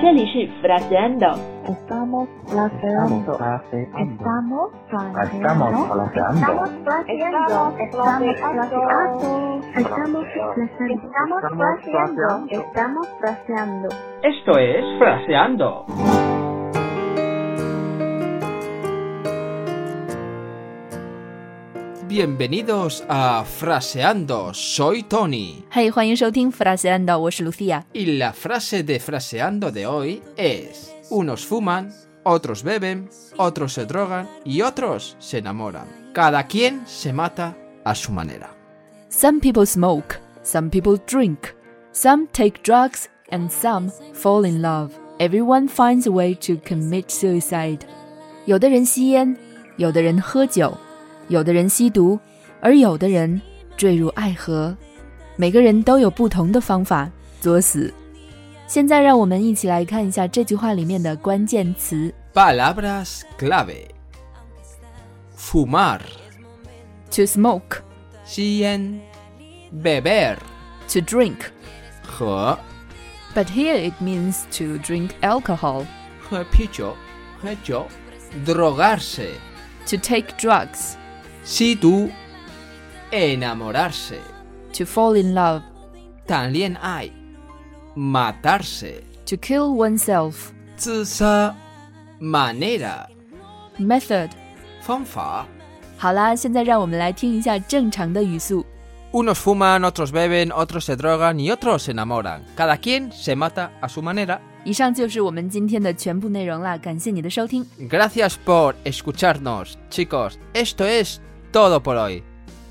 这里是 fraseando。 Estamos Estamos fraseando. fraseando. Estamos Estamos fraseando. fraseando. Estamos fraseando. Estamos fraseando. Estamos fraseando. Esto es Fraseando. Bienvenidos a Fraseando. Soy Tony. 嘿、欢迎收听 fraseando，我是 Lucia。 Y la frase de Fraseando de hoy es: Unos fuman, otros beben, otros se drogan y otros se enamoran. Cada quien se mata a su manera. Some people smoke, some people drink, some take drugs, and some fall in love. Everyone finds a way to commit suicide. 有的人吸烟，有的人喝酒，有的人吸毒，而有的人坠入爱河。每个人都有不同的方法作死。现在让我们一起来看一下这句话里面的关键词 Palabras clave: fumar, ：to smoke, sien, beber to drink. 和 But here it means to drink alcohol, 喝啤酒，喝酒，drogarse， to take drugs. 吸毒，enamorarse， to fall in love, 谈恋爱，matarse， to kill oneself, 自杀，manera， method。方法。好啦，现在让我们来听一下正常的语速。 Unos fuman, otros beben, otros se drogan y otros se enamoran. Cada quien se mata a su manera. 以上就是我们今天的全部内容啦，感谢你的收听。 Gracias por escucharnos, chicos. Esto es todo por hoy.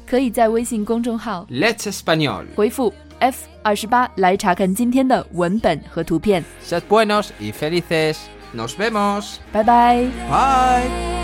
可以在微信公众号 Let's Español. 回复 F 二十八来查看今天的文本和图片。 Sed buenos y felices. Nos vemos. 拜拜。 Bye.